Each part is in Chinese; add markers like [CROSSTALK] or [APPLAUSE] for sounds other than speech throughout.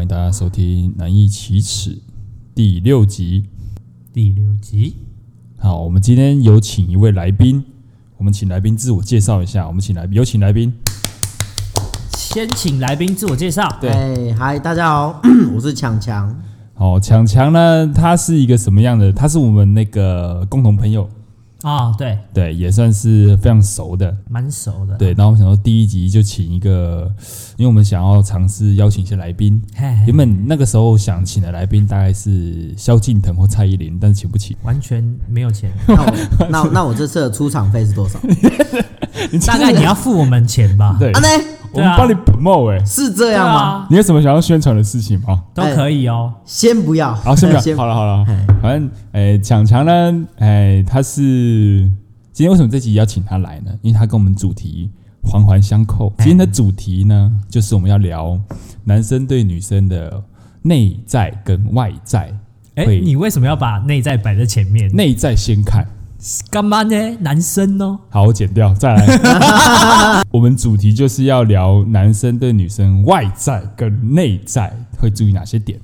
迎大家收听《难易启齿》第六集。第六集，好，我们今天有请一位来宾，我们请来宾自我介绍一下。我们请来有请来宾，先请来宾自我介绍。对哎，嗨，大家 [CLEARS THROAT] 好，我是强强。好，哦强强呢，他是一个什么样的？他是我们那个共同朋友，啊、对，对，也算是非常熟的。蛮熟的。对，然后我们想说第一集就请一个，因为我们想要尝试邀请一些来宾。嘿，原本那个时候想请的来宾大概是萧敬腾或蔡依林，但是请不起。完全没 [LAUGHS] 有钱，那我那 [LAUGHS] 那我这次的出场费是多少？啊大概你要付我们钱吧？对啊，呢我们帮你 promo 哎、是这对样吗？啊，你有什么想要宣传的事情吗？都可以哦。先不要，好，先不先要，好了好了，哎反正诶，强、强呢，诶、他是今天为什么这集要请他来呢？因为他跟我们主题环环相扣。今天的主题呢，就是我们要聊男生对女生的内在跟外在，哎，会你为什么要把内在摆在前面？内在先看。干嘛呢？男生哦，好，我剪掉，再来。 [LAUGHS] 我们主题就是要聊男生对女生外在跟内在会注意哪些点。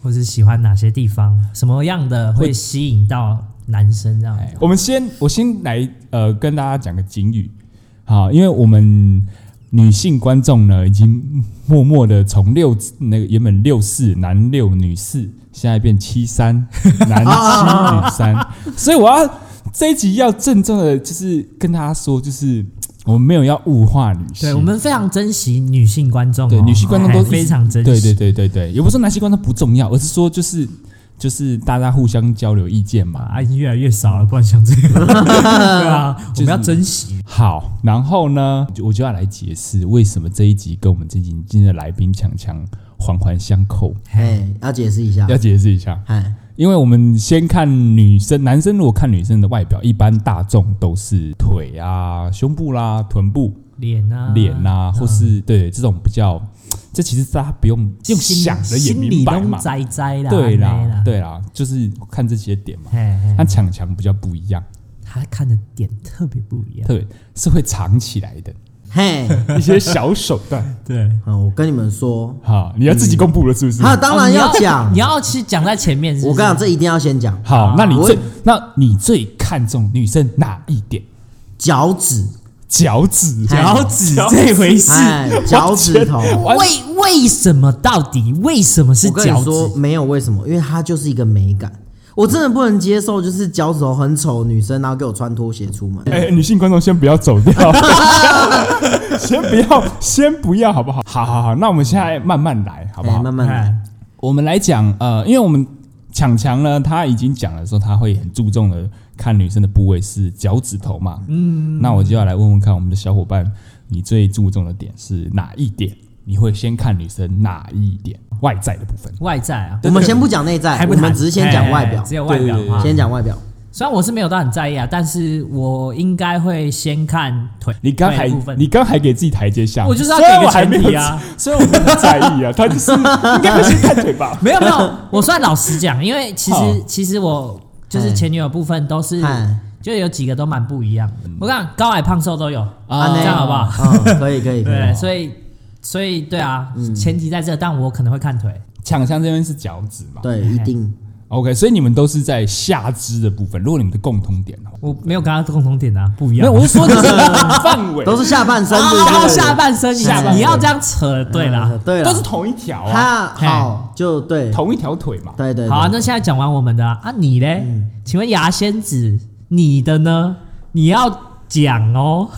或是喜欢哪些地方，什么样的会会吸引到男生这样？我们先，我先来呃跟大家讲个警语，好，因为我们女性观众呢，已经默默的从六那个原本六四男六女四，现在变七三男七女三，所以我要这一集要郑重的，就是跟大家说，就是我们没有要物化女性，对我们非常珍惜女性观众哦，对女性观众都哎非常珍惜。对对对对对，也不是说男性观众不重要，而是说就是就是大家互相交流意见嘛，啊，已经越来越少了，不然像这 [LAUGHS] 样，对啊，我就是们要珍惜。好，然后呢，就我就要来解释为什么这一集跟我们这集今天的来宾强强环环相扣。哎，要解释一下要，解释一下，哎，因为我们先看女生，男生如果看女生的外表，一般大众都是腿啊、胸部啦、臀部、脸啊，脸啊，或是对这种比较，这其实大家不用用心想的也心明里白拢嘛，栽栽啦，对安尼啦，，对啦，就是看这些点嘛。嘿但嘿，强强比较不一样，他看的点特别不一样，特别是会藏起来的嘿，一些小手段。对，嗯，我跟你们说，好，你要自己公布了是不是？啊，当然要讲嗯哦你，要去讲在前面，是不是我跟你讲，这一定要先讲好，那你我最那你最看重女生哪一点？脚趾，脚趾，哎脚趾这回事，哎，脚趾头。完为为什么到底为什么是我跟你脚说，趾？没有为什么，因为它就是一个美感。我真的不能接受，就是脚趾头很丑的女生，然后给我穿拖鞋出门。哎、女性观众先不要走 [LAUGHS] 掉，先不要，先不要，好不好？好好好，那我们现在慢慢来，好不好？哎慢慢来。哎我们来讲，呃，因为我们强强呢，他已经讲了说他会很注重的看女生的部位是脚趾头嘛，嗯，那我就要来问问看我们的小伙伴，你最注重的点是哪一点？你会先看女生哪一点？外在的部分。外在啊，我们先不讲内在还，不我谈们只是先讲外哎表哎，只有外表对对嘛。先讲外表。虽然我是没有到很在意啊，但是我应该会先看腿。你刚腿还的部分你刚还给自己台阶下，我就是要虽然给个我还前没有提啊，。[LAUGHS] 虽然我没有在意啊，他就是应该会先看腿吧没有没有，我算老实讲，因为其好实其实我就是前女友部分都是嗨，就有几个都蛮不一样的。我讲高矮胖瘦都有，啊安哎这内样好不好？啊嗯，可以可以可以。对，所以所以对啊，前提在这，但我可能会看腿。 [LAUGHS] 强强这边是脚趾嘛，对，一定。 ，OK，所以你们都是在下肢的部分。如果你们的共通点哦，我没有跟他共同点啊，不一没 [LAUGHS] 样。有，我是说的是范围都是下半身，对不啊，对？下半身，你哦下半身你要这样扯，对啦嗯。对都了是，同一条啊，他好就对，同一条腿嘛。对对。好啊，对那现在讲完我们的啊，啊你嘞？请问牙仙子，你的呢？你要讲哦。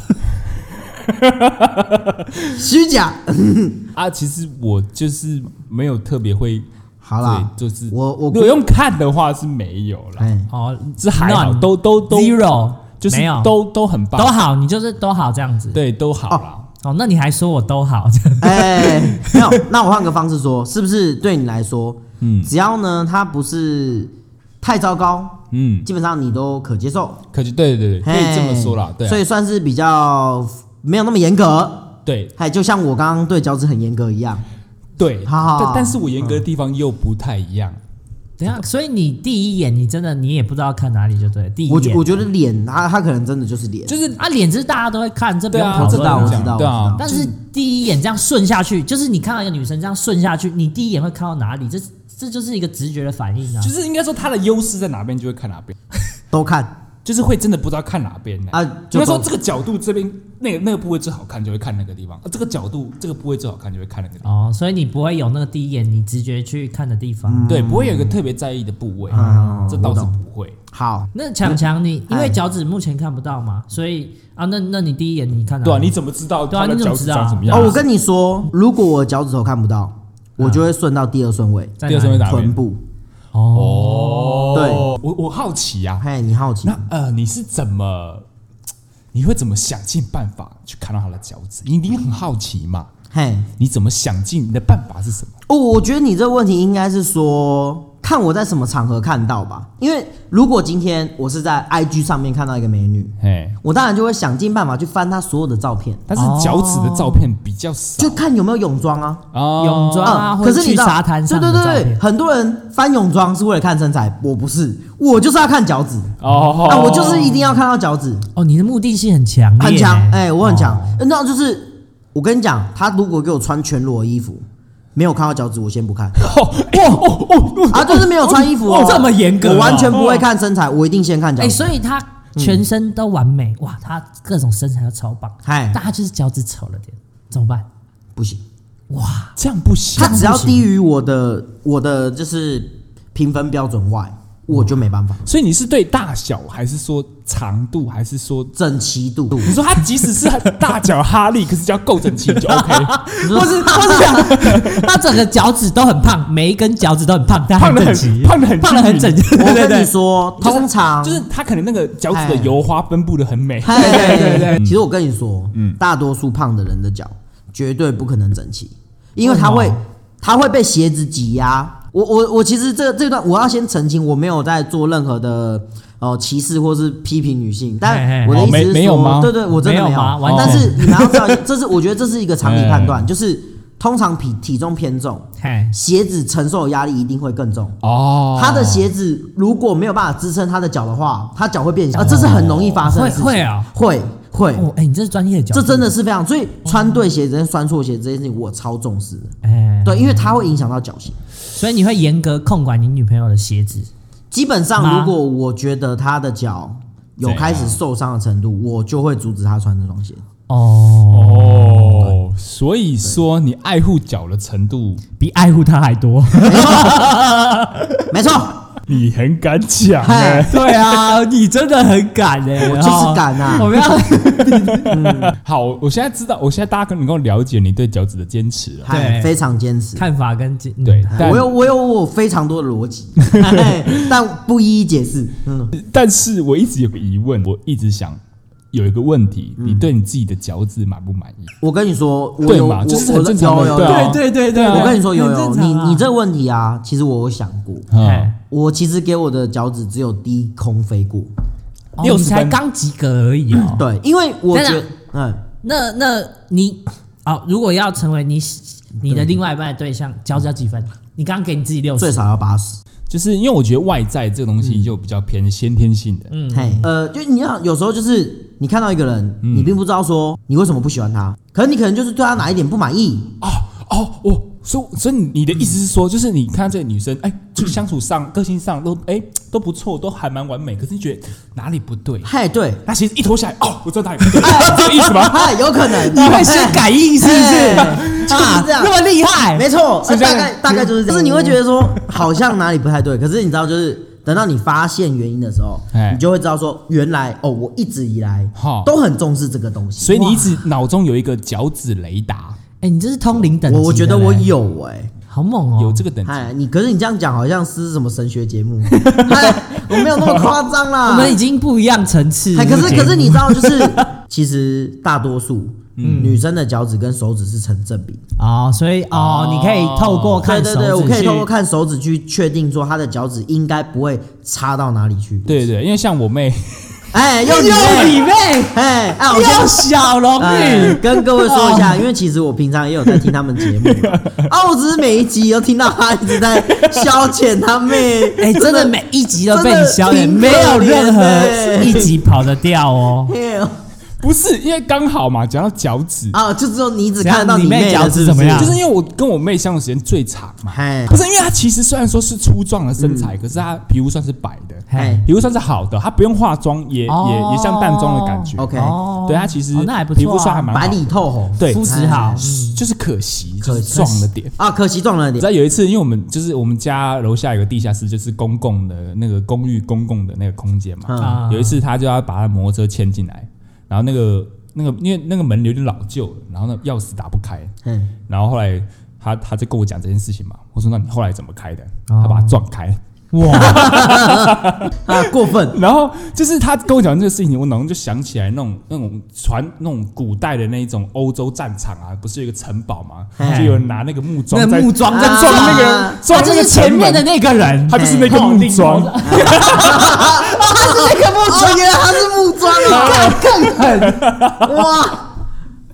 [LAUGHS] 虚假。啊，其实我就是没有特别会，好啦，对就是我我如果用看的话是没有啦，哎，哦，是还好， None 都都都 zero 就是没有都都很棒，都好，你就是都好这样子。对都好啦。哦，那你还说我都好，哎，没有， [LAUGHS] 那我换个方式说，是不是对你来说，嗯，只要呢，他不是太糟糕，嗯，基本上你都可接受，可就对对对，可以这么嘿说啦，对啊，所以算是比较没有那么严格，对哎，就像我刚刚对脚趾很严格一样，对，好好哎嗯但好但是我严格的地方又不太一样。等一下，所以你第一眼你真的你也不知道看哪里就对了，第一我觉眼我觉得脸，他他可能真的就是脸，就是啊脸是大家都会看，这不对用啊，讨我知论道啊我知道对啊我知道，但是第一眼这样顺下去，就是你看到一个女生这样顺下去，你第一眼会看到哪里？这这就是一个直觉的反应啊就。是应该说他的优势在哪边就会看哪边，都看就是会真的不知道看哪边呢、啊，应就该说都这个角度这边那个那个部位最好看，就会看那个地方；啊这个角度这个部位最好看，就会看那个地方。哦，所以你不会有那个第一眼你直觉去看的地方。对，不会有一个特别在意的部位，嗯这倒我是懂不会。好，那强强你，因哎为脚趾目前看不到嘛，所以啊，那那你第一眼你看到嗯对啊，你怎么知道对啊他的你怎脚么趾知道长什么样？哦，我跟你说，如果我脚趾头看不到，我就会顺到第二顺位，在第二顺位哪里打臀部。哦，哦，对我我好奇呀、啊，嘿，你好奇那呃，你是怎么，你会怎么想尽办法去看到他的脚趾？你一定很好奇嘛？嘿，你怎么想尽？你的办法是什么？哦，我觉得你这个问题应该是说，看我在什么场合看到吧。因为如果今天我是在 IG 上面看到一个美女，嘿，我当然就会想尽办法去翻她所有的照片，但是脚趾的照片比较少就看有没有泳装啊。啊泳装啊，嗯或可者是去你知道沙滩上对的对照对对，片。很多人翻泳装是为了看身材，我不是，我就是要看脚趾。哦，啊，我就是一定要看到脚趾，哦，你的目的性很强烈，哦很强，哎、我很强。那就是我跟你讲，他如果给我穿全裸的衣服，没有看到脚趾，我先不看。哦哦哦啊，就是没有穿衣服、哦哦这么严格哦我完全不会看身材，我一定先看脚哎，趾。所以他全身都完美，哇，他各种身材都超棒，嗨但他就是脚趾丑了点，怎么办？不行，哇，这样不行，他只要低于我的我的就是评分标准外，我就没办法。所以你是对大小，还是说长度，还是说？整齐度，你说他即使是大脚哈利，可是只要够整齐就 [LAUGHS] OK，或 [LAUGHS] 是或是讲，他整个脚趾都很胖，每一根脚趾都很 [LAUGHS] 胖，但胖的整很齐，胖的很胖的很均整匀齐，我对跟你对。说，就是通常就是他可能那个脚趾的油花分布的很美，嗨 [LAUGHS] 对对对， [LAUGHS] 其实我跟你说，大多数胖的人的脚绝对不可能整齐，因为他为会什么他会被鞋子挤压。我我我其实这这段我要先澄清，我没有在做任何的呃歧视或是批评女性，嘿但嘿我的哦意思没是说，没有吗对对，我真的没有没有吗完。但全是你们要知道， [LAUGHS] 这是我觉得这是一个常理判断，就是通常体体重偏重，嘿鞋子承受的压力一定会更重。 [LAUGHS] 哦，他的鞋子如果没有办法支撑他的脚的话，他脚会变哦小，啊，这是很容易发生的事情。会会啊会会，哦，哎、你这是专业的脚，这真的是非常，所以穿对鞋子跟穿错鞋子这件事情我超重视的。哎，对，因为它会影响到脚型。所以你会严格控管你女朋友的鞋子。基本妈上，如果我觉得他的脚有开始受伤的程度，我就会阻止他穿这双鞋。哦，哦，所以说你爱护脚的程度，比爱护她还多。没错，你很敢讲哎哎。 [LAUGHS] 对啊，你真的很敢哎、我就是敢啊我们要好，我现在知道，我现在大家可能够了解你对脚趾的坚持了。嗨，哎非常坚持。哎看法跟解对，嗯但我有我有我有非常多的 [LAUGHS] 逻辑，嘿但不一一解释。嗯，但是我一直有个疑问，我一直想有一个问题，嗯你对你自己的脚趾满不满意？我跟你说，我对有嘛我就是很我的正常的有有对啊有，对对对对，我跟你说有有，很正你常啊你这个问题啊，其实我有想过，嗯，我其实给我的脚趾只有低空飞过，哦60你才分刚及格而已哦。对，因为我觉真的得啊，嗯，那那你哦，如果要成为你你的另外一半的对象，脚趾要几分？你刚刚给你自己六 [LAUGHS] 最十，少要八十。就是因为我觉得外在这个东西就比较偏先天性的，嗯，嘿，呃，就你要有时候就是你看到一个人，你并不知道说你为什么不喜欢他，可是你可能就是对他哪一点不满意，哦哦，我所以所以你的意思是说，就是你看这个女生，哎，就相处上、个性上都哎都不错，都还蛮完美，可是你觉得哪里不对？嘿，对，那其实一脱下来，哦，我知道哪里 [LAUGHS] 不对，是 [LAUGHS] 这个意思吗？ [LAUGHS] 嘿，有可能你会先感应是不是？ [LAUGHS] 嘿就是这样啊那么厉害，啊没错，是呃这样大概大概就是这样，就是你会觉得说好像哪里不太对，可是你知道就是等到你发现原因的时候嘿，你就会知道说原来哦，我一直以来好都很重视这个东西，所以你一直脑中有一个脚趾雷达，哎、你这是通灵等级我的嘞，我觉得我有哎、好猛哦，有这个等级。哎，你可是你这样讲，好像是什么神学节目，哎，我没有那么夸张啦。 [LAUGHS] 我们已经不一样层次。哎，可是这个可节目是你知道，就是其实大多数、女生的脚趾跟手指是成正比。哦，所以哦，你可以透过对看对手对，指我可以去通过看手指去确定说她的脚趾应该不会差到哪里去。对对，因为像我妹，哎，又又你妹，哦你妹，哎，啊，我先又小龙哎女，跟各位说一下，因为其实我平常也有在听他们节目嘛，啊，我只是每一集都听到他一直在消遣他妹， [LAUGHS] 哎，真的每一集都被你消真的减，挺没有可怜任的何一集跑得掉哦。嘿哦不是因为刚好嘛，讲到脚趾，哦啊啊，就只有你怎只样看到你妹妹脚了趾是不怎么是样就是因为我跟我妹相处时间最长嗯嘛。哎不是因为她其实虽然说是粗壮的身材，可是她皮肤算是白的，哎皮肤算是好的，她不用化妆，也、哦也也像淡妆的感觉。 ，OK，哦对她其实哦那还不错啊皮肤算还蛮好白的里透红，对肤质好，就是可惜，可就惜是撞了点。啊，可惜撞了你点知，道有一次，因为我们就是我们家楼下有个地下室，就是公共的那个公寓公共的那个空间嘛。嗯，啊有一次他就要把他摩托车牵进来，然后那个那个因为那个门有点老旧了，然后那钥匙打不开，嘿然后后来他他就跟我讲这件事情嘛，我说那你后来怎么开的？哦他把它撞开，哇，啊，过分，然后就是他跟我讲这个事情，我脑中就想起来那种那种传那种古代的那一种欧洲战场啊，不是有一个城堡吗？嘿就有人拿那个木桩那在木桩在撞撞那啊个他撞就那个是前城门面的那个人，他就是那个木桩，哦，原来他是木桩 [LAUGHS] 啊，更狠，哇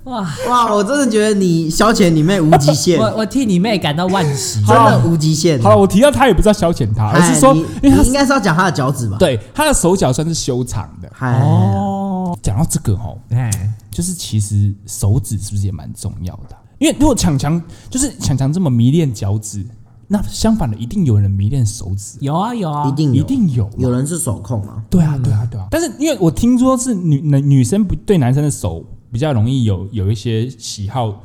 哇！哇，我真的觉得你消遣你妹无极限，我我替你妹感到惋惜。真的无极限，好了，我提到他也不是要消遣他，而哎是说你，因为他你应是该是要讲他的脚趾吧？对他的手脚算是修长的。嗨，哦，讲到这个哦，哎，就是其实手指是不是也蛮重要的啊？因为如果强强就是强强这么迷恋脚趾，那相反的一定有人迷恋手指，有啊有啊，一定有一定有嘛。有人是手控啊，对啊，对啊，对啊。但是因为我听说是女男女生不对男生的手比较容易有有一些喜好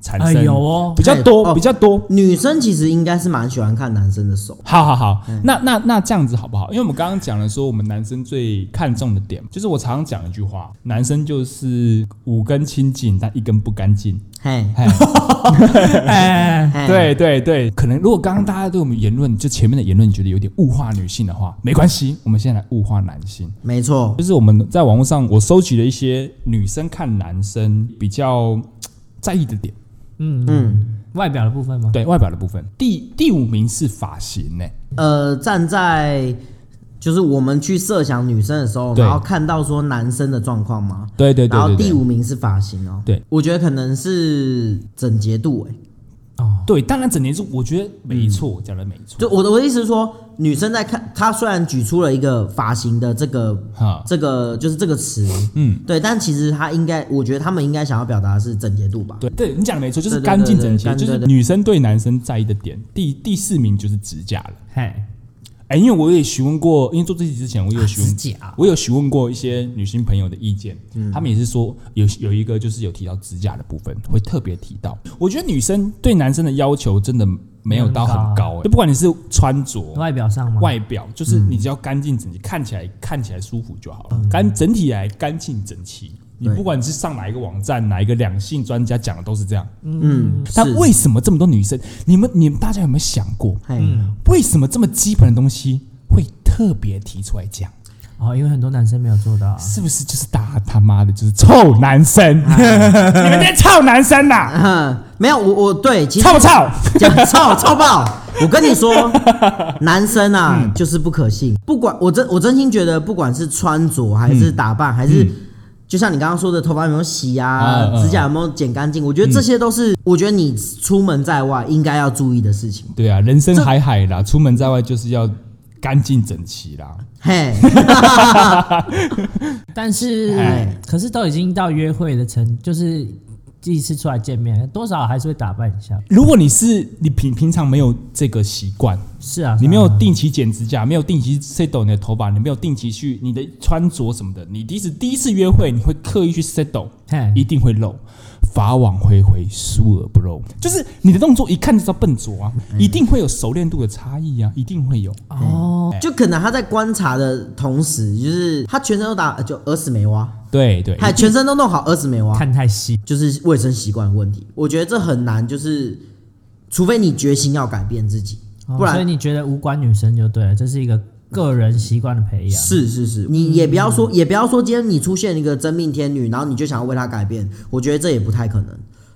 产哎生，有哦比较哎多啊哦比较多。女生其实应该是蛮喜欢看男生的手，好好好，嗯那那那这样子好不好？因为我们刚刚讲了说，我们男生最看重的点，就是我常常讲一句话，男生就是五根清净，但一根不干净。嘿，哎，哎，嘿，对对对，可能如果刚刚大家对我们言论，就前面的言论觉得有点物化女性的话，没关系，我们现在来物化男性。没错，就是我们在网络上，我收集了一些女生看男生比较在意的点，嗯，嗯，外表的部分吗？对外表的部分。第第五名是发型欸呢、呃，站在就是我们去设想女生的时候，对然后看到说男生的状况吗？对对对然后对对第五名是发型哦，对，我觉得可能是整洁度、哎，哦，对，当然整年是我觉得没错，嗯讲的没错。就我的我的意思是说，女生在看，她虽然举出了一个发型的这个哈，这个就是这个词，嗯，对，但其实她应该，我觉得他们应该想要表达的是整洁度吧，对对，你讲的没错，就是对对对干净整对洁，对就是对对女生对男生在意的点。第第四名就是指甲了。嘿，哎，因为我也询问过，因为做这集之前，我也有询问啊指甲我有询问过一些女性朋友的意见，她们也是说有有一个就是有提到指甲的部分，会特别提到。我觉得女生对男生的要求真的没有到很没有很高高、哎就不管你是穿着、外表上吗？外表，就是你只要干净整齐，看起来看起来舒服就好了，干整体来干净整齐。你对不管是上哪一个网站，哪一个两性专家讲的都是这样。嗯，但是为什么这么多女生？你们你们大家有没有想过，嘿，为什么这么基本的东西会特别提出来讲？哦，因为很多男生没有做到啊。是不是就是大家他妈的就是臭男生？你们这些臭男生 [LAUGHS] 呐、嗯，没有，我我对，其实臭不臭？讲操操爆！我跟 [LAUGHS] 你说，男生啊，嗯就是不可信。不管我真我真心觉得，不管是穿着还嗯是打扮，还是、就像你刚刚说的，头发有没有洗啊，嗯嗯指甲有没有剪干净，我觉得这嗯些都是、我觉得你出门在外应该要注意的事情。对啊，人生海海啦，出门在外就是要干净整齐啦。 [LAUGHS] 嘿，但是哎，可是都已经到约会的程，就是第一次出来见面，多少还是会打扮一下。如果你是你平平常没有这个习惯，是啊，你没有是啊定期剪指甲，没有定期 set 你的头发，你没有定期去你的穿着什么的，你第一次第一次约会，你会刻意去 set，嘿一定会漏。法网恢恢，疏而不漏，就是你的动作一看就知道笨拙啊，嗯一定会有熟练度的差异啊，一定会有。哦，就可能他在观察的同时，就是他全身都打就耳屎没挖，对对，还全身都弄好耳屎没挖，哎看太细，就是卫生习惯的问题。我觉得这很难，就是除非你决心要改变自己，哦不然所以你觉得无关女生就对了，这是一个个人习惯的培养。是是是，你也不要说，也不要说，今天你出现一个真命天女，然后你就想要为她改变，我觉得这也不太可能。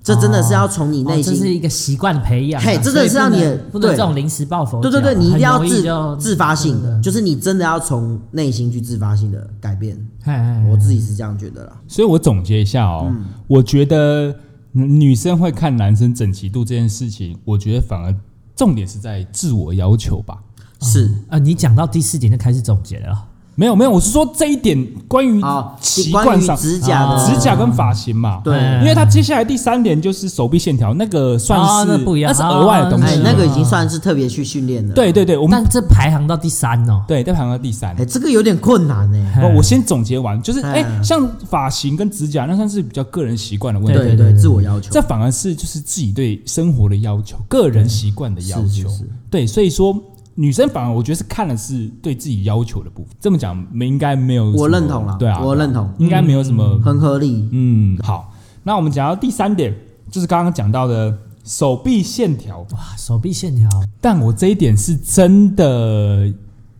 这真的是要从你内哦这是心，一个习惯培养啊，嘿这真的是所以让你不能不能对这种临时抱佛脚，啊对对对，你一定要哦很容易就自自发性的，就是你真的要从内心去自发性的改变。嘿嘿嘿我自己是这样觉得啦。所以我总结一下哦，嗯我觉得女生会看男生整齐度这件事情，我觉得反而重点是在自我要求吧。是啊，你讲到第四点就开始总结了，没有没有，我是说这一点关于啊，习关惯于上、指甲的啊指甲跟发型嘛。对嗯因为他接下来第三点就是手臂线条，那个算哦是、那不一样是额外的东哦西哎嘛。，那个已经算是特别去训练了。，对对对，我们但这排行到第三哦，对，再排到第三。哎，这个有点困难 [LAUGHS] 哎。不，我先总结完，就是嗯哎、像发型跟指甲，那算是比较个人习惯的问题。对对对对，对自我要求。这反而是就是自己对生活的要求，个人习惯的要是求。是是对，所以说女生反而我觉得是看的是对自己要求的部分。这么讲没应该没有什么我认同了，对啊，我认同，应该没有什么很合理。嗯好。那我们讲到第三点，就是刚刚讲到的手臂线条，哇，啊手臂线条，但我这一点是真的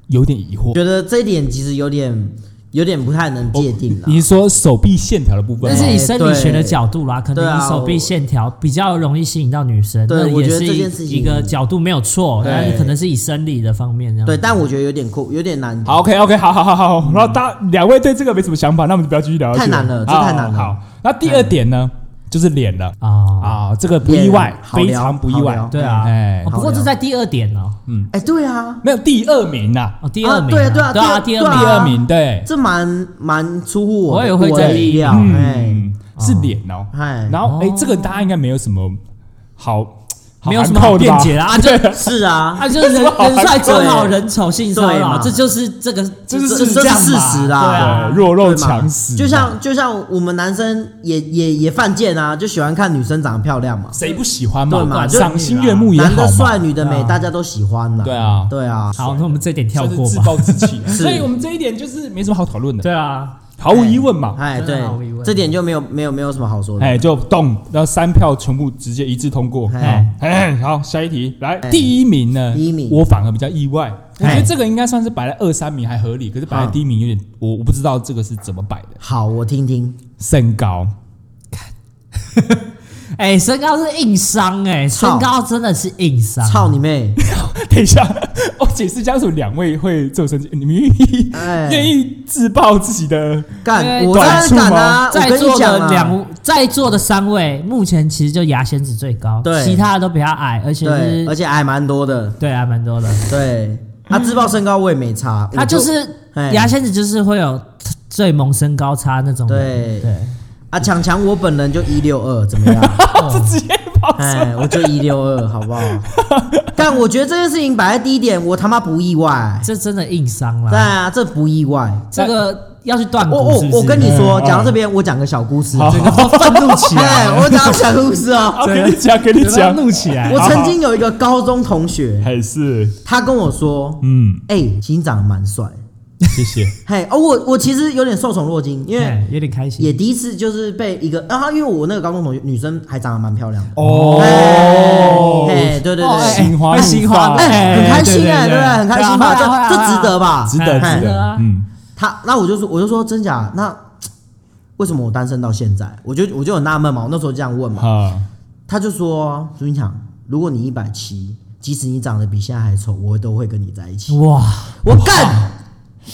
有点疑惑。觉得这一点其实有点有点不太能界定了。哦你是说手臂线条的部分但吗？是以生理学的角度啦，可哎对能啊你手臂我线条比较容易吸引到女生，对那我也觉得是这件事情一个角度没有错，对但是可能是以生理的方面这样。对，但我觉得有点酷，有点难。好，OK，OK，、好好好好好。然后大家两位对这个没什么想法，那我们就不要继续聊下去。嗯太难了这好太难了嗯好，好那第二点呢，就是脸了啊，啊，这个不意外脸，好非聊常不意好外聊。嗯对啊哎，哦不过这在第二点哦，哎，对啊，没有第二名呐，哦，第二名，啊对啊对啊对啊，第第二二第名，二名对，这蛮蛮出乎我我也会我的在意意料。哎嗯，是脸哦。哎，然后哎，这个大家应该没有什么好，好没有什么含好扣的辩吧解。啦，啊，就是是啊，啊， [LAUGHS] 就是人人帅真好对人丑性骚对扰，嘛这就是这个，这就是是这样是事实啦嘛对啊对，，弱肉对嘛强食嘛，就像就像我们男生也也也犯贱啊，就喜欢看女生长得漂亮嘛，谁不喜欢对嘛，嘛就赏心悦目也好男嘛，的帅，女的对美，啊大家都喜欢啦。对啊对啊，好，那我们这点跳算是过自吧。暴自弃。[LAUGHS] 是所以我们这一点就是没什么好讨论的，对啊，毫无疑问嘛。哎，真的对啊毫无疑问，这点就没有没有没有什么好说的。哎，就动，然后三票全部直接一致通过。哎哎，好，下一题来，第一名呢？第一名我反而比较意外，我哎觉得这个应该算是摆在二三名还合理，可是摆在第一名有点，我我不知道这个是怎么摆的。好，我听听。身高， [LAUGHS] 哎，身高是硬伤，哎，身操高真的是硬伤。操你妹！等一下，我解释一下为什么两位会这么生气，你们愿意哎愿意自爆自己的？干，对哦我当然敢啊！我在跟你座讲的啊，两在座的三位，目前其实就牙仙子最高，对其他的都比较矮，而且对，而是且还蛮多的。对啊，蛮多的。对，他自爆身高我也没差，嗯他我就是哎牙仙子，就是会有最萌身高差那种人。对对，啊，强强我本人就一六二，[LAUGHS] 怎么样？这直接爆，哦哎，我就一六二，好不好？但我觉得这件事情摆在第一点，我他妈不意 [LAUGHS] 外。这真的硬伤对啦。啊，这不意外。这个要去断我骨我是不是我跟你说，嗯讲到这边，我讲个小故事。好整个都愤怒起来哎，了，我讲个小故事 [LAUGHS] 哦。啊，跟你讲，跟你整个讲都，怒起来哎我了。曾经有一个高中同学，还是他跟我说嗯，：“哎，其实你长得蛮帅。谢 [LAUGHS] 谢。”嘿，哦，我我其实有点受宠若惊，因为哎有点开也心，第一次就是被一个，然后因为我那个高中同学女生还长得蛮漂亮的。哦，哎，对对哦对哎，心花哎怒心放花，哎，很开心哎，哎对对对对不对？很开心吧？对啊会啊这会啊这值得吧？值得哎值值得得啊，嗯，他那我就说，我就说真假？那嘖为什么我单身到现在？我就我就很纳闷嘛，我那时候这样问嘛，好，他就说朱云强，如果你一百七，即使你长得比现在还丑，我都会跟你在一起。哇，我干，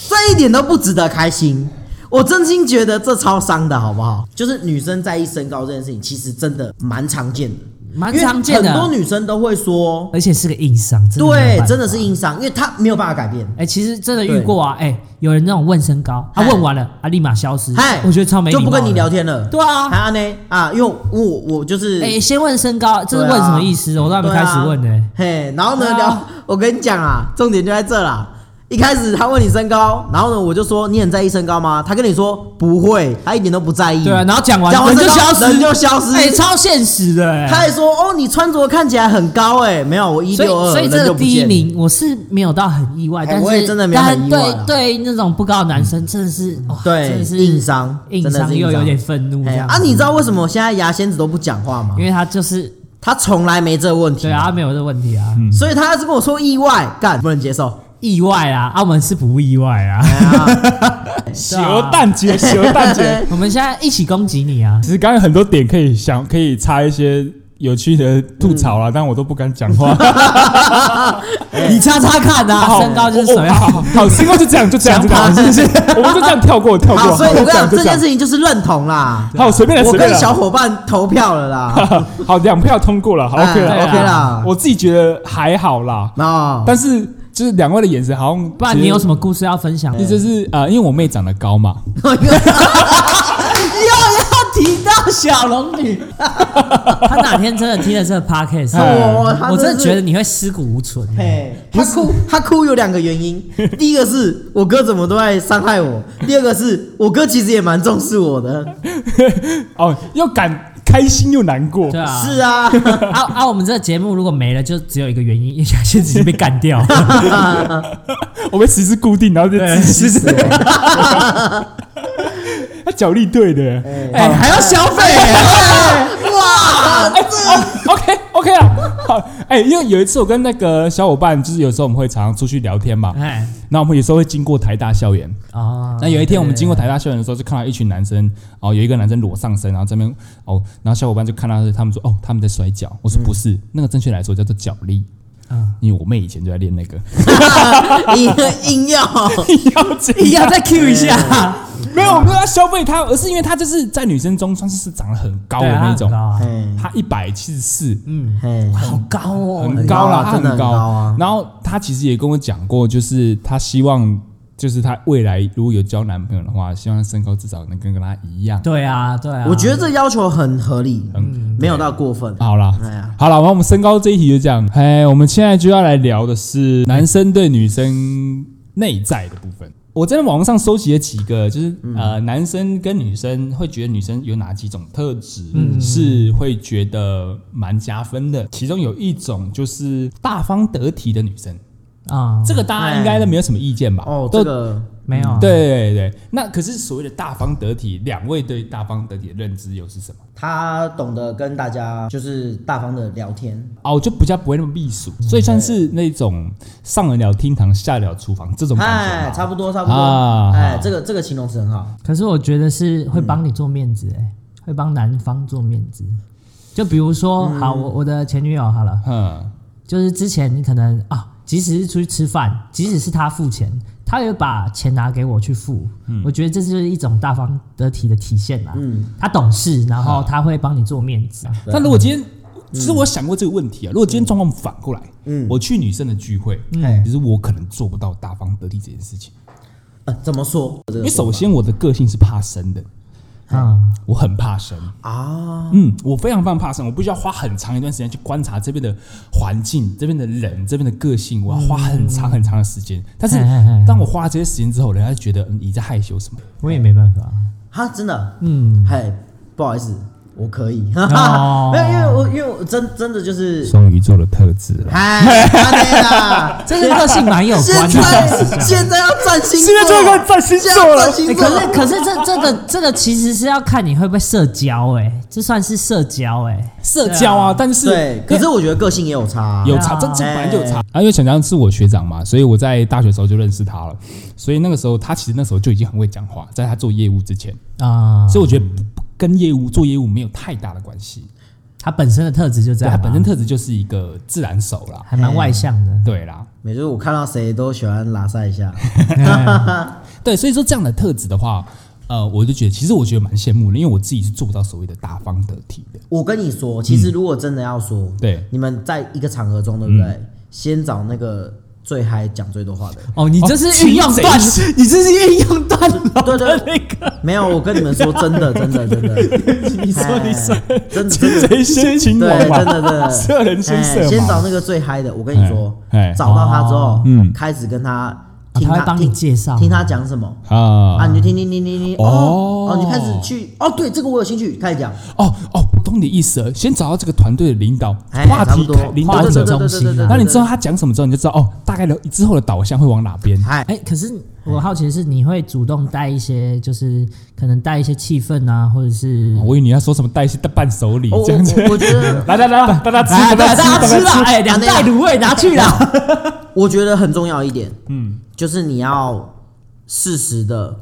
这一点都不值得开心。我真心觉得这超伤的，好不好？就是女生在意身高这件事情，其实真的蛮常见的，蛮常见的啊因为很多女生都会说，而且是个硬伤，真的没有办对法，真的是硬伤，因为她没有办法改变。哎、其实真的遇过啊，哎、有人那种问身高，他、嗨问完了，啊，立马消失，嗨，我觉得超没礼哎就貌，不跟你聊。天了。对啊还安呢啊，因为我我我就是哎、先问身高，这是问什么意思？我都还没对啊开始问呢、嘿，然后呢对啊聊，我跟你讲啊，重点就在这啦。一开始他问你身高，然后呢我就说你很在意身高吗？他跟你说不会，他一点都不在意。对啊，然后讲完讲完人就身高消失，人就消失哎、超现实的、哎他还说哦你穿着看起来很高哎、没有我一所以六二，所以这人就个不第一见了。名我是没有到很意外，哎但是我也真的没有但很意外啊对对，那种不高的男生真的是，哇对真的是硬伤硬真的是伤硬又伤有点愤怒这哎样啊，你知道为什么现在牙仙子都不讲话吗因？为他就是他从来没这个问题嗯对，啊，他没有这个问题啊，所以他要是跟我说意外，干不能接受。意外啦，啊，我们是不意外啊，哎呀蛇蛋姐，蛇蛋姐。我们现在一起攻击你啊！其实刚刚很多点可以想，可以插一些有趣的吐槽啦，但我都不敢讲话。哎你叉叉看啊，身高就是什么哦好样？好好，身高就这样，就这样，就这样，是不是？我们就这样跳过，跳过。好，所以我就跟你这样，讲，就这这件样事。情就是认同啦。好，随便了，我随便跟小了。伙伴投票 [LAUGHS] 了啦。好，两票通过了，好，OK 哎了 OK 啦我自己觉得还好啦，哦，但是就是两位的眼神好像，不然你有什么故事要分享？ [LAUGHS] 么？就是呃，因为我妹长得高嘛，又要提到小龙 [LAUGHS] 女，他哪天真的听了这个 podcast，哎我，他我真的是觉得。你会尸骨无存。嘿，他哭，他哭有两个原 [LAUGHS] 因。第一个是我哥怎么都在伤害我，第二个是我哥其实也蛮重视我的。哦，又感开心又难过对，啊，是 [LAUGHS] 啊，啊啊！我们这个节目如果没了，就只有一个原因，因为牙仙只是被干掉了。 [LAUGHS] 我被十字固定，然后就窒息死了。他脚力对的，哎、还要消费、 [LAUGHS] 哇，哎、o k OK 啊，好，哎、因为有一次我跟那个小伙伴，就是有时候我们会常常出去聊天嘛，哎，那我们有时候会经过台大校园，哦，那有一天我们经过台大校园的时候，就看到一群男生，哦，有一个男生裸上身，然后这边哦，然后小伙伴就看到他们说，哦，他们在摔跤，我说不是，那个正确来说叫做脚力。嗯因为我妹以前就在练那个， [LAUGHS] 硬硬 [LAUGHS] 要，要紧一定要再 Q 一下，没有，我没有要消费她，而是因为她就是在女生中算是长得很哎高的对啊那种很高，啊嘿，她一百七十四，嗯，嘿，好高哦，很高啦，很高啊他真的很很高啊然后他其实也跟我讲过，就是他希望，就是他未来如果有交男朋友的话，希望他身高至少能跟跟他一样。对啊，对啊，我觉得这要求很合理，没有到过分。好啦哎呀，好啦，然后我们身高这一题就这样。哎，我们现在就要来聊的是男生对女生内在的部分。我在网络上搜集了几个，就是、嗯呃，男生跟女生会觉得女生有哪几种特质、嗯是会觉得蛮加分的。其中有一种就是大方得体的女生，啊、这个大家应该都没有什么意见吧？哦，都这个没有啊，嗯对对对。那可是所谓的大方得体，两位对大方得体的认知又是什么？他懂得跟大家就是大方的聊天，哦，就比较不会那么避暑，所以算是那种上得了厅堂，下得了厨房这种哎，感觉差吧。不多差不多啊，哎，这个这个形容词很好。可是我觉得是会帮你做面子、哎、会帮男方做面子。就比如说，好，我我的前女友好了，嗯，就是之前你可能啊，即使是出去吃饭，即使是他付钱，他也把钱拿给我去付。我觉得这就是一种大方得体的体现啦。他懂事，然后他会帮你做面子。那如果今天，其实我想过这个问嗯题啊。如果今天状况反过来，嗯，我去女生的聚会，嗯哎其实我可能做不到大方得体这件事情，呃，怎么说？因为首先我的个性是怕生的，嗯，我很怕生。啊，嗯，我非常非常怕生，我必须要花很长一段时间去观察这边的环境、这边的人、这边的个性，我要花很长很长的时间。但是嗯嘿嘿嘿当我花了这些时间之后，人家就觉得嗯你在害羞什么？我也没办法。哈，真的，嗯，嘿，不好意思，我可以， [LAUGHS] 没有，哦因为我因为我真真的就是，双鱼座的特质了。哎，阿内 [LAUGHS] 啦，这跟个性蛮有现关的。在现在要占星座，现在就要占星座了现欸、在要占星座可是可是这这个这个其实是要看你会不会社交哎、这算是社交哎、社交啊，但是对，可是我觉得个性也有差啊，有差，对啊这这本来就有哎差。啊，因为小强是我学长嘛，所以我在大学的时候就认识他了。所以那个时候他其实那时候就已经很会讲话，在他做业务之前，啊、所以我觉得不不跟业务做业务没有太大的关系。他本身的哎特质就这对样他嘛，本身特质就是一个自然手啦，还蛮外向的。对啦。每次我看到谁都喜欢拉塞一下，对，所以说这样的特质的话，呃，我就觉得其实我觉得蛮羡慕的，因为我自己是做不到所谓的大方得体的。我跟你说，其实如果真的要说，嗯对嗯你们在一个场合中，对不对？先找那个最嗨、讲最多话的人。哦，你这哦是运用段，这你这是运用段落哦对的对那个。没有，我跟你们说，真的，真的，真的， [LAUGHS] 你说你是哎真的，真的，谁先擒王嘛？对真的真的射人 [LAUGHS] 先哎射先嘛。找那个最嗨的。我跟你说哎哎，找到他之后，嗯开始跟他听他会帮你听介绍听他讲什么啊，啊你就听听听听听，哦哦，哦，你就开始去，哦，对，这个我有兴趣，开始讲，哦哦，我懂你的意思了。先找到这个团队的领导、哎，话差不题多开，领导对者对对中对心啊对对，那你知道他讲什么之后，你就知道哦，大概的之后的导向会往哪 [LAUGHS] 边。嗨，哎、可是我好奇的是，你会主动带一些，就是可能带一些气氛啊，或者是哦我以为你要说什么带一些伴手礼我哦我这样子。 [LAUGHS] 我我觉得来来来，大家吃，哎大家大吃，家大家吃吃了，。哎，两袋卤味拿去了。我觉得很重要一点嗯就是你要适时的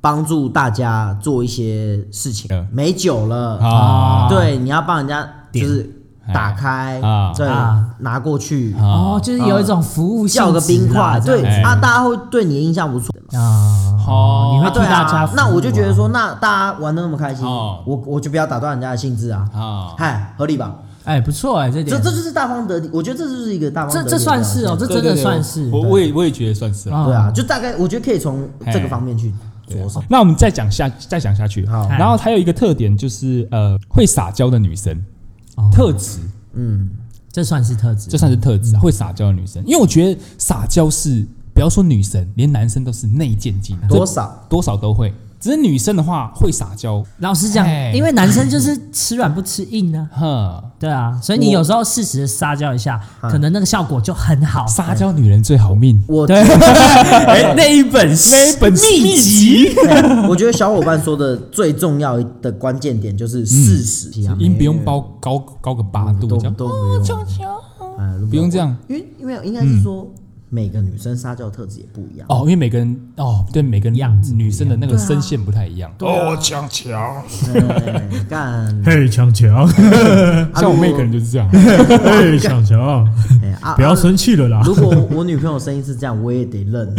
帮助大家做一些事情嗯。没酒了，啊，对，你要帮人家就是打开啊，对啊，拿过去 [LAUGHS] 哦，就是有一种服务性叫个冰质块啦，这对样哎啊，大家会对你的印象不错。啊，哦你会啊，替对大家啊服务啊，那我就觉得说，那大家玩的那么开心，哦我我就不要打断人家的兴致啊，啊，嗨，合理吧？哎，不错哎，这这点这就是大方得体，我觉得这就是一个大方得这体的这算是哦，表这对真对的对算是我我也我也觉得算是啊。哦现，对啊，，就大概我觉得可以从这个方面去着手。那我们再讲下，再讲下去。好然后还有一个特点就是，呃，会撒娇的女生，哦特质，这算是特质这，算是特质啊，会撒娇的女生。因为我觉得撒娇是，不要说女生，连男生都是内建技能，多少多少都会。只是女生的话会撒娇，老实讲哎，因为男生就是吃软不吃硬啊，哼，对啊，所以你有时候适时的撒娇一下，嗯可能那个效果就很好。撒娇女人最好命。我对，哎那一本那一本秘籍，对我觉得小伙伴说的最重要的关键点就是事实，音不用包高高个八度，都这样都不用，哎不用这，样哦因为因为应该是说嗯每个女生撒娇特质也不一样。哦，因为每个人哦，对每个人样子女生的那个声线不太一样。哦，强强。对哎干，啊嘿，[LAUGHS] 强强，像我妹可能就是这样，嘿，强强，哎啊不要生气了啦。如果我女朋友声音是这样，我也 [LAUGHS] 得认，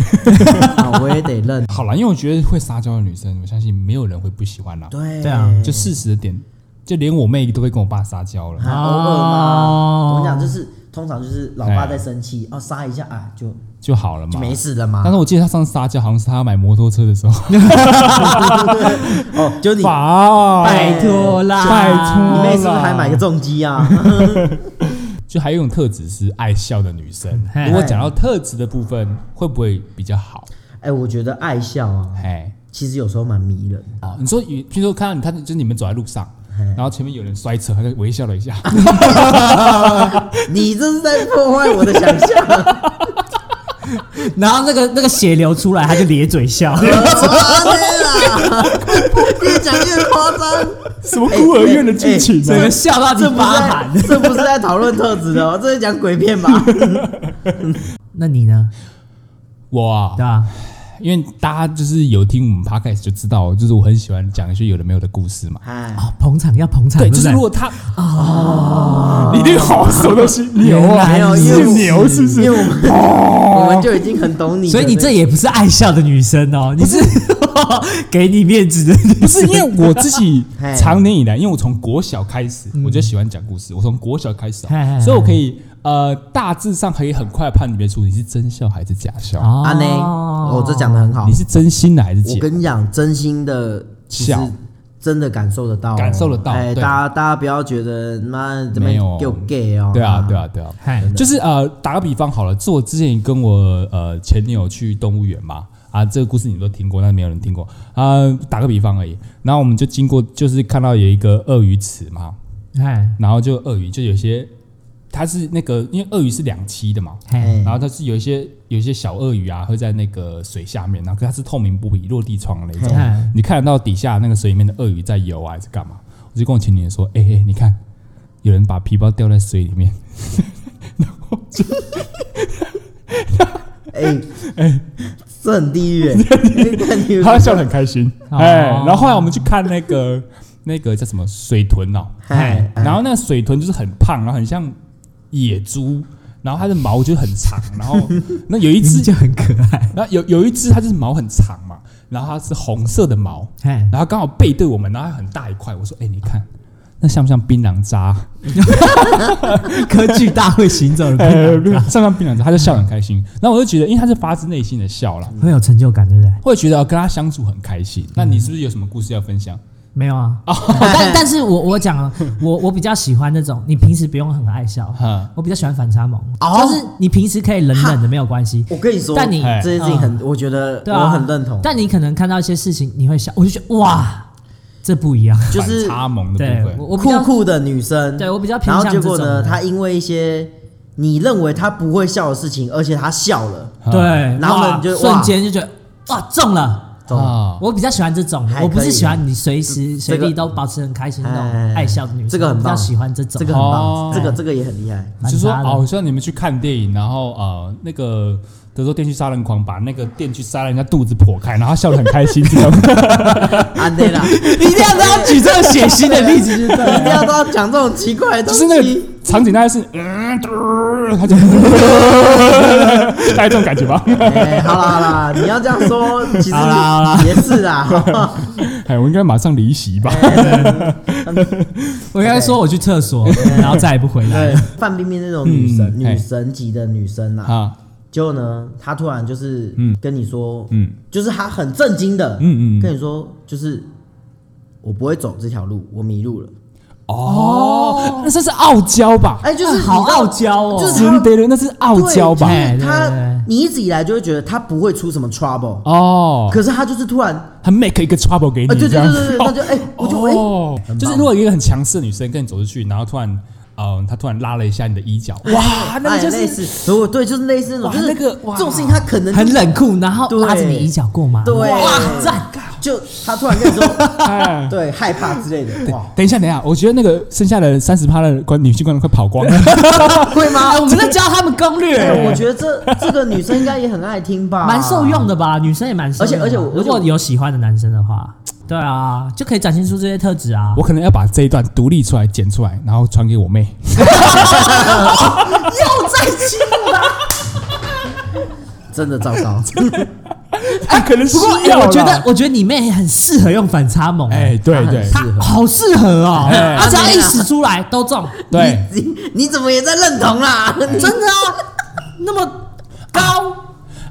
啊，我也得认。好啦，因为我觉得会撒娇的女生，我相信没有人会不喜欢啦。对，对啊就事实的点，就连我妹都会跟我爸撒娇了。啊偶尔哦嘛。我跟你讲，就是通常就是老爸在生气，哎哦，撒一下啊，就就好了嘛就。没事了嘛但。是我记得她上次撒娇好像是她买摩托车的时候，哦，就你你爸，拜托啦，拜托妹是不是还买个重机啊？ [LAUGHS] 就还有一种特质是爱笑的女生。嘿如果讲到特质的部分，会不会比较好？哎，我觉得爱笑啊，哎，其实有时候蛮迷人。啊，你说与，譬如说看到你，他就是你们走在路上，然后前面有人摔车，他就微笑了一下， [LAUGHS] 你这是在破坏我的想 [LAUGHS] 象。然后那个那个血流出来，他就咧嘴 [LAUGHS] 笑。啊越讲越夸张，什么孤儿院的剧情啊整个笑到这你不发是寒。在这不是在讨论特质的哦，这是讲 [LAUGHS] 鬼片吧？那你呢？我啊对，吧？因为大家就是有听我们 podcast 就知道，就是我很喜欢讲一些有的没有的故事嘛。哎，哦，捧场要捧场，对，不就是如果他哦， [LAUGHS] 你那个好什么东西牛啊，没有，因为是牛是不因为是？我 [LAUGHS] 们我们就已经很懂你的那个，所以你这也不是爱笑的女生哦，你是 [LAUGHS] 给你面子的不女生。是因 [LAUGHS] 为我嗯自己嘿长年以来，因为我从国小开始，我就喜欢讲故事。我从国小开始嘿嘿啊，嘿所以我可以呃大致上可以很快判别出你是真笑还是假笑。哦阿内，我这讲的很好哦你。是真心的还是假我？跟你讲，真心的其实笑真的感受得到哦，感受得到哎，大对家大家不要觉得妈怎么没有给我 gay 哦，对啊，对，啊，对啊，嗨，就是呃，打个比方好了，是我之前跟我呃前女友去动物园嘛，啊，这个故事你们都听过，但没有人听过啊、打个比方而已，然后我们就经过，就是看到有一个鳄鱼池嘛，嗨，然后就鳄鱼就有些，它是那个因为鳄鱼是两栖的嘛，嗨，然后它是有一些有一些小鳄鱼啊会在那个水下面，然后可它是透明玻璃落地窗的那种，嗨，你看得到底下那个水里面的鳄鱼在游啊还是干嘛？我就跟我前女友说，哎、哎、你看有人把皮包掉在水里面。哎哎，这很地狱，哎他笑得很开心。哦哎，然后后来我们去看那个那个叫什么水豚哦，哎，然后那个水豚就是很胖，然后很像野猪，然后它的毛就很长，然后那有一 [LAUGHS] 名字只，就很可爱。然后有有一只它就是毛很长嘛，然后它是红色的毛，嗨，然后刚好背对我们，然后它很大一块。我说，哎，你看。那像不像槟榔渣？科技大会行走的哎槟榔像不像槟榔渣？他就笑得很开心。 [LAUGHS] 然后我就觉得，因为他是发自内心的笑啦，很有成就感，对不对？会觉得跟他相处很开心。那你是不是有什么故事要分享？没有啊，但但是我我讲了，我我比较喜欢那种你平时不用很爱笑，哈，我比较喜欢反差萌，哦就是你平时可以冷冷的没有关系，我跟你说，但你这件事情很，我觉得对啊，我很认同，但你可能看到一些事情你会笑，我就觉得哇，这不一样。就是反差萌的 [LAUGHS] 对部分。我我比酷较酷的女生，对我比较偏然向后结果这种呢，的她因为一些你认为她不会笑的事情，而且她笑了，对，然后呢哇你就哇瞬间就觉得哇中了，懂啊我比较喜欢这种的，还我不可是以喜欢你随时随这个地都保持很开心那哎种爱笑的女生，这个很我比较棒喜欢这种。这个很棒哦，这个这个也很厉害。蛮就说搭的哦，像你们去看电影，然后呃，那个德州电锯杀人狂把那个电锯杀人家肚子破开，然后他笑得很开心，这 [LAUGHS] 样安内啦，一定要让他举这个血腥的例子，就是 [LAUGHS] 一定要都要讲这种奇怪的就东是西。那个场景大概是嗯，嘟 [LAUGHS] 他就大概这种感觉吧。哎好啦好啦，你要这样说，其实好啦好啦也是啦。哎，我应该马上离席吧。哎我刚才说我去厕 [LAUGHS] 所，然后再也不回来。对，范冰冰那种女神、嗯女神级的女生啊，啊，结果呢，她突然就是嗯跟你说，嗯就是她很震惊的，嗯嗯嗯跟你说，就是我不会走这条路，我迷路了。哦，那算是傲娇吧？哎，就是啊好你知道傲娇哦就是她真的了，那是傲娇吧？对就是对哎对她对，你一直以来就会觉得她不会出什么 trouble，哦，可是她就是突然，他 make 一个 trouble 给你，呃，对对这对样对对，那就哎，我就哎，哦，就是如果有一个很强势的女生跟你走出去，然后突然，嗯、她突然拉了一下你的衣角，哇，那哎个就类是似，如果对，就是类似那种，哇就是那个哇这种事情，她可能很冷酷，然后拉着你对衣角过马路，对哇，赞！就她突然跟你说， [LAUGHS] 哎。对，害怕之类的，哇，等一下，等一下，我觉得那个剩下的三十趴的观女性观众快跑光了。 [LAUGHS] 会吗哎，？我们在教他们攻略，哎我觉得这这个女生应该也很爱听吧，蛮受用的吧？女生也蛮受用的吧，啊啊而且而且我如果有喜欢的男生的话，对啊，就可以展现出这些特质啊我。可能要把这一段独立出来剪出来，然后传给我妹。又在欺负他，真的糟糕，哎， [LAUGHS] 可能是不过哎我觉得，我觉得你妹很适合用反差萌，哎，哎，对她很对适合好适合哦，哎她只要一使出来都中，对，你你怎么也在认同啦？真的啊，那么高。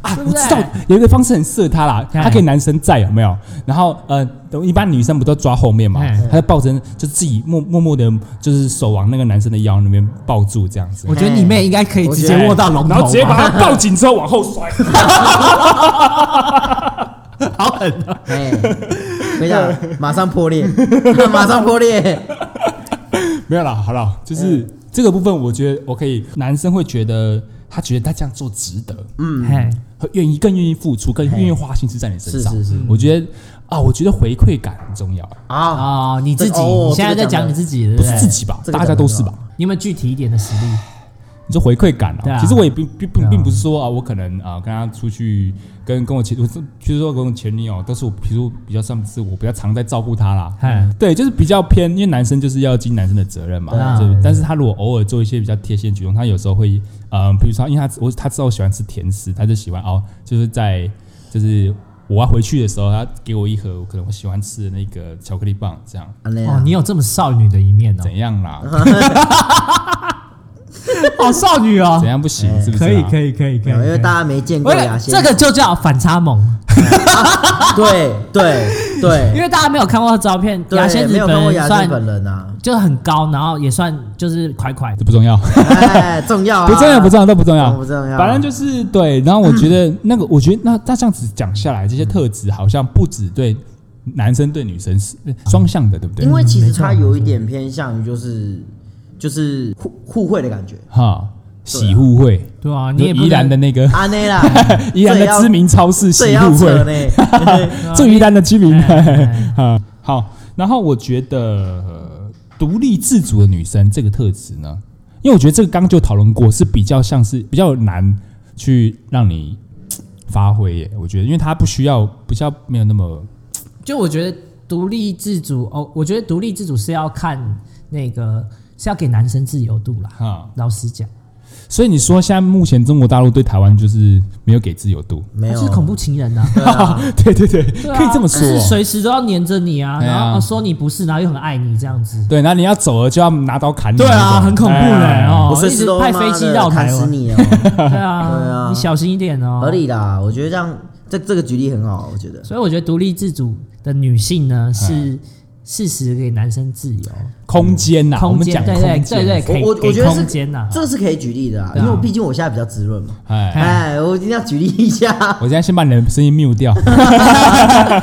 啊，对不我对知道有一个方式很适合她啦，哎她可以男生在有没有？然后呃，一般女生不都抓后面嘛哎，她就抱着就自己默默默的，就是手往那个男生的腰那边抱住这样子我。觉得你妹应该可以直接握到龙头吧，然后直接把她抱紧之后往后 [LAUGHS] 摔。好狠啊！哎，等一下，马上破裂，马上破裂，没有啦，好啦，就是哎这个部分，我觉得我可以，男生会觉得他觉得他这样做值得，嘿，会愿意更愿意付出，更愿意花心思在你身上。是是是我觉得啊，我觉得回馈感很重要，啊，哦，你自己，哦你现在在讲你自己，对不不是对？自己吧？这个大家都是吧讲？你有没有具体一点的实力？你说回馈感对啊？啊其实我也并并对并啊并不是说啊，我可能啊跟他出去跟跟我前，我是就是说跟我前女友，都是我比如说比较上次我比较常在照顾她啦，嘿，对，就是比较偏，因为男生就是要尽男生的责任嘛。对啊就但是他如果偶尔做一些比较贴心的举动，他有时候会，嗯、比如说，因为他我他知道我喜欢吃甜食，他就喜欢哦，就是在就是我要回去的时候，他给我一盒我可能我喜欢吃的那个巧克力棒，这样安内哦啊，，你有这么少女的一面哦，怎样啦？好少女哦怎，样不行？是不是、啊？可以可以。以可以可没有因为以，大家没见过喂牙，仙，这个就叫反差萌，对对因对为大家没有看过照片，牙仙对，没子有看本过人牙仙本算人啊，就很高，然后也算就是快快这不重要，哎，重要啊，不重要，不重要，都不重要，都不重要嗯反正就是对。然后我觉得那个，我觉得那那这样子讲下来，这些特质好像不只对男生对女生是呃双向的，对不对因？为其实它有一点偏向于就是就是互互惠的感觉，哈，喜互惠，对啊，你就也不宜兰的那个，安内啦宜兰这的也要知名超市这也喜要互扯惠，呢， [LAUGHS] 这宜兰的知名哎啊。 [LAUGHS] 好，然后我觉得呃独立自主的女生这个特质呢，因为我觉得这个刚刚就讨论过，是比较像是比较难去让你嘖发挥耶。我觉得，因为她不需要，比较没有那么就我觉得独立自主哦，我觉得独立自主是要看那个是要给男生自由度啦。哈。老实讲，所以你说现在目前中国大陆对台湾就是没有给自由度，没他有是哦恐怖情 [LAUGHS] 人呐、啊，对对对，对啊可以这么说就是哦。随时都要黏着你啊，哎呀然后、说你不是，然后又很爱你这样子。对，然后你要走了就要拿刀砍你那对种，啊，很恐怖嘞、哎哦，我随一时直都派妈飞机的到砍台死湾，[LAUGHS] 你哦，对啊，对啊你小心一点哦。合理啦，我觉得这样这这个举例很好，我觉得。所以我觉得独立自主的女性呢，嗯是适时给男生自由空间呐，我空们间，讲对空对间，对对，可以我我我觉给得空间呐是，这个是可以举例的啊，对因啊为我毕竟我现在比较滋润嘛。哎，哎，我一定要举例一下。 [LAUGHS] 我现在先把你的声音 mute 掉。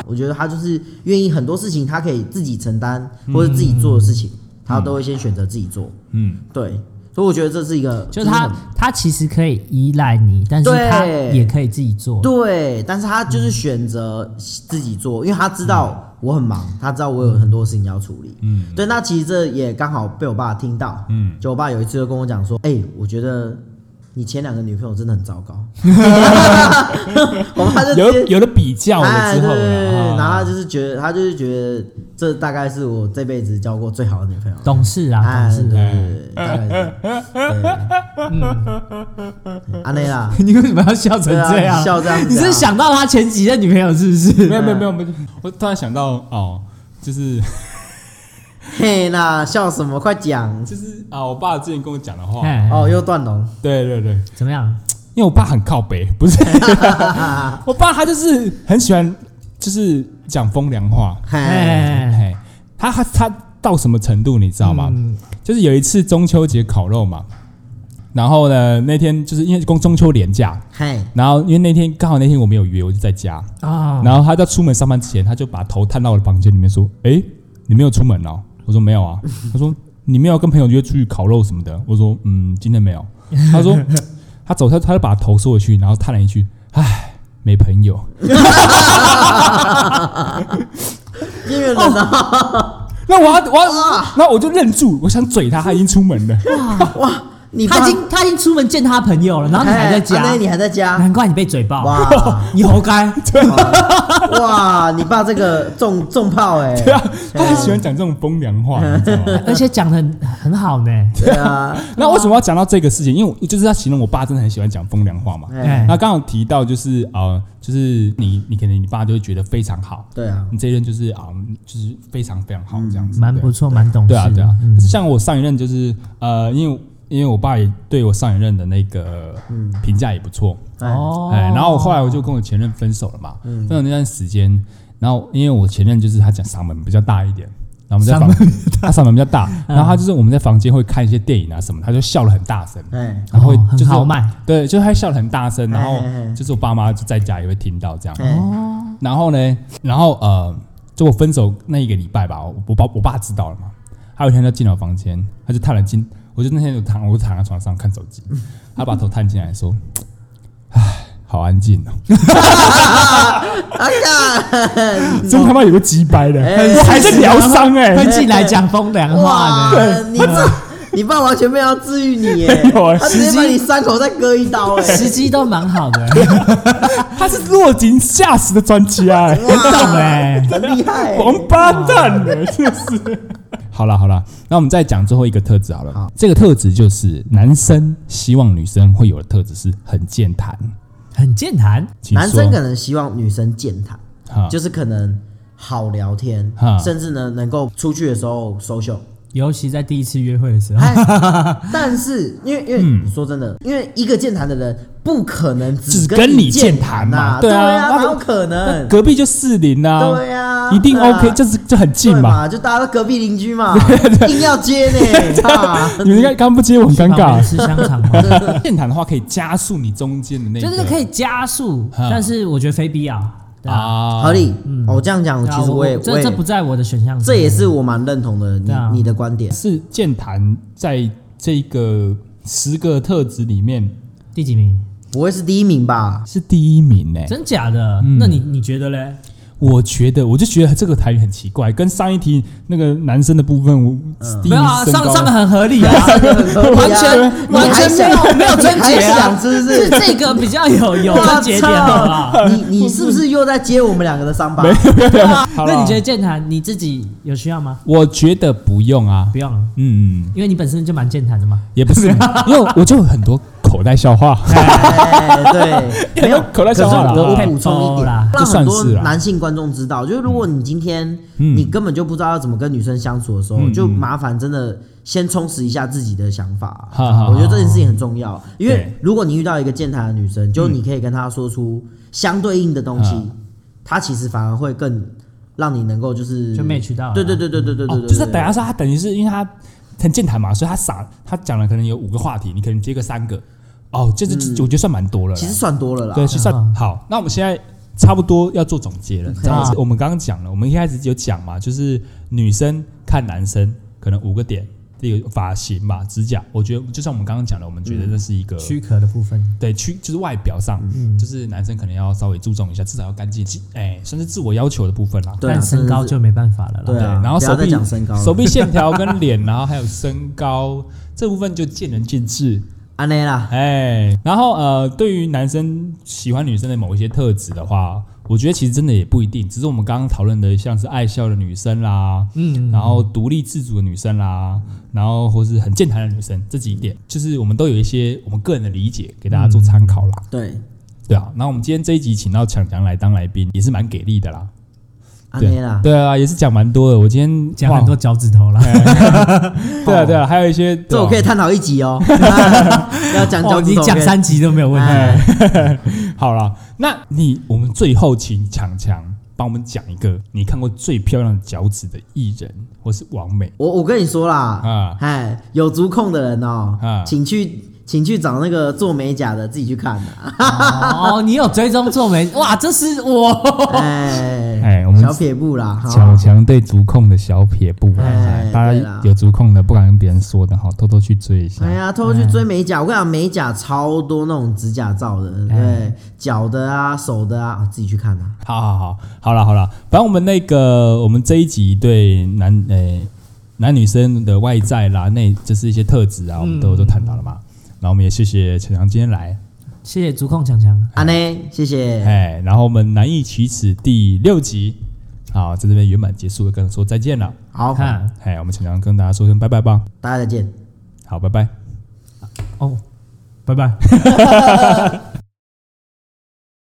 我觉得他就是愿意很多事情，他嗯可以自己承担或者自己做的事情，他都会先选择自己做。嗯，对，所以所以我觉得这是一个就是他平衡他其实可以依赖你，但是对他也可以自己做。对，但是他就是选择自己做，因为他知道我很忙，他知道我有很多事情要处理。嗯，对，那其实这也刚好被我爸听到。嗯，就我爸有一次就跟我讲说：“哎、我觉得你前两个女朋友真的很糟糕。”我爸就有直接有了比较了哎，之对后对对，了，然 [LAUGHS] 哈后他就是觉得，他就是觉得这大概是我这辈子交过最好的女朋友。懂事啊，哎，懂对事对啊。对，大概是嗯，安内啦，你为什么要笑成对啊这样？你笑这样子啊你是想到他前几任女朋友是不没有是？没有没有没有， [LAUGHS] 我突然想到哦，就是 [LAUGHS] 嘿啦，笑什么？快讲就是啊，我爸之前跟我讲的话，哎，哦，又断龙。对对对，怎么样？因为我爸很靠北，不是， [LAUGHS] 我爸他就是很喜欢就是讲风凉话，嘿，哎，哎，他他他到什么程度你知道吗？嗯就是有一次中秋节烤肉嘛，然后呢那天就是因为中中秋连假，嘿，然后因为那天刚好那天我没有约，我就在家，啊，然后他在出门上班之前，他就把头探到我的房间里面说：“哎、你没有出门哦？”我说：“没有啊。”他说：“你没有跟朋友约出去烤肉什么的？”我说：“嗯，今天没有。”他说：“他走，他他就把头缩回去，然后叹了一句：‘唉，没朋友。音乐人啊，’那我要我要，那我就愣住，我想嘴他，他已经出门了。哇，你他爸啊已经他已经出门见他朋友了，然后你还在嘿家哎安内，你还在家，难怪你被嘴爆，哇你活 [LAUGHS] 该。啊哇，你爸这个重重炮哎，对啊，他很喜欢讲这种风凉话，你知道 [LAUGHS] 吗？而且讲的很很好呢，对啊，那为什么要讲到这个事情？因为我就是要形容我爸真的很喜欢讲风凉话嘛。哎，那刚好提到就是呃，就是你你可能你爸就会觉得非常好，对啊，你这一任就是啊、嗯就是非常非常好这样子，蛮对不错，蛮懂事。对啊，对啊。嗯可是像我上一任就是呃，因为因为我爸也对我上一任的那个评价也不错，哦，哦，哎、然后我后来我就跟我前任分手了嘛，分手那段时间，然后因为我前任就是他讲嗓门比较大一点，然后我们在嗓门房，他嗓门比较大，嗯然后他就是我们在房间会看一些电影啊什么，他就笑了很大声，哎，然后会哦很就是豪迈对，就是他笑得很大声，然后哎哎哎就是我爸妈就在家也会听到这样，哦哎然后呢，然后呃，就我分手那一个礼拜吧，我我爸我爸知道了嘛，他有一天就进了我房间，他就探了进，我就那天就躺，我就躺在床上看手机，他把头探进来说，唉，好安静哦， [LAUGHS] 哎呀，真他妈有个鸡掰的，哎我还在啊疗伤 [LAUGHS] 哎，会进来讲风凉话的，哇，你这你爸完全没有要治愈你耶有啊，他直接把你伤口再割一刀哎，时机都蛮好的， [LAUGHS] 他是落井下石的专家哎，很懂哎。很厉 [LAUGHS] 害欸，王八蛋呢，真的是。 [LAUGHS] 好啦好啦，那我们再讲最后一个特质好了。这个特质就是男生希望女生会有的特质是很健谈。很健谈，请男说生可能希望女生健谈，哈就是可能好聊天哈，甚至呢能够出去的时候 social。尤其在第一次约会的时候， [LAUGHS] 哎，但是因为因为、嗯说真的，因为一个健谈的人不可能只只跟你健健谈呐、嘛对对啊那哪有可能？隔壁就四零啊，对啊一定对啊 OK，就是就很近对嘛。嘛，就大家都隔壁邻 [LAUGHS] 居嘛，硬要接呢，啊 [LAUGHS] 你们刚刚不接我很尴旁边尬。吃香肠 [LAUGHS] 吗？健谈的话可以加速你中间的那个，就是可以加速，嗯但是我觉得非必要。对啊，啊合理。哦，我这样讲，对啊其实我也我这也这不在我的选项之这内，也是我蛮认同的，你对啊你的观点。是健谈在这个十个特质里面第几名？不会是第一名吧？是第一名呢、欸真假的？嗯那你你觉得嘞？我觉得，我就觉得这个台语很奇怪，跟上一题那个男生的部分，我第一没有啊，身上高上个很合 [LAUGHS] 理啊，合 [LAUGHS] 完理啊全 [LAUGHS] 你完还全没有想没有你贞还洁啊，想是不是是？ [LAUGHS] 这个比较有有贞洁 [LAUGHS] 点，啊好不好？哇操你你是不是又在接我们两个的伤疤？好啦那你觉得健谈你自己有需要吗？我觉得不用啊不，用了，嗯，因为你本身就蛮健谈的嘛。也不是，因为我就有很多口袋笑话，哎，对，没 [LAUGHS] 有口袋可是笑话啦我我啊补充一太多啦点，让这算很是啊多啦男性观众知道，就是如果你今天你根本就不知道要怎么跟女生相处的时候，嗯就麻烦真的先充实一下自己的想法啊好好。我觉得这件事情很重要，因为对如果你遇到一个健谈的女生，就你可以跟她说出相对应的东西嗯，她其实反而会更让你能够就是就 match 到了嗯对对对对对对对哦，对，就是等对下说他等于是因为他很健谈嘛，所以他傻，他讲了可能有五个话题，你可能接个三个，哦，这这这我觉得算蛮多了啦，其实算多了啦。对，是算嗯好。那我们现在差不多要做总结了。这样子好，我们刚刚讲了，我们一开始有讲嘛，就是女生看男生可能五个点，例如发型吧、指甲，我觉得就像我们刚刚讲的，我们觉得这是一个嗯躯壳的部分，对，去就是外表上，就是男生可能要稍微注重一下，至少要干净，其哎，算是自我要求的部分啦。对啊但身高就没办法了啦。对啊然后不要手再臂讲身高了 [LAUGHS] 手臂线条跟脸，然后还有身高这部分就见仁见智。安内啦，哎，然后呃，对于男生喜欢女生的某一些特质的话，我觉得其实真的也不一定，只是我们刚刚讨论的，像是爱笑的女生啦，嗯，然后独立自主的女生啦，然后或是很健谈的女生，这几点就是我们都有一些我们个人的理解给大家做参考啦。对，对啊，那我们今天这一集请到强强来当来宾，也是蛮给力的啦。安对内啦，对啊，也是讲蛮多的。我今天讲很多，脚趾头啦。哇对啊对啊，还有一些这我可对以啊探讨一集哦， [LAUGHS] 要讲 [LAUGHS] 哦，讲你讲三集都没有问题。哎好啦，那你我们最后请强强帮我们讲一个你看过最漂亮的脚趾的艺人或是王美我我跟你说啦啊，哎、有足控的人哦、啊请去请去找那个做美甲的自己去看啊，哦，你有追踪做没？哇，这是我 [LAUGHS] 哎、哎我们小撇步啦，小哈，强对足控的小撇步，哎哎大对家啦有足控的不敢跟别人说的哈，偷偷去追一下哎。呀，偷偷去追美甲，我跟你讲，美甲超多那种指甲照的，对，脚的啊，手的啊，啊自己去看啊。好好好，好了好了，反正我们那个我们这一集对男诶、男女生的外在啦，内就是一些特质啊，我们都、都探讨了嘛。然后我们也谢谢陈强今天来，谢谢足控强强，安内，谢谢，哎、然后我们难以启齿第六集，好，在这边圆满结束，跟说再见了。好，看哎，我们陈强跟大家说声拜拜吧，大家再见。好，拜拜。哦。拜拜。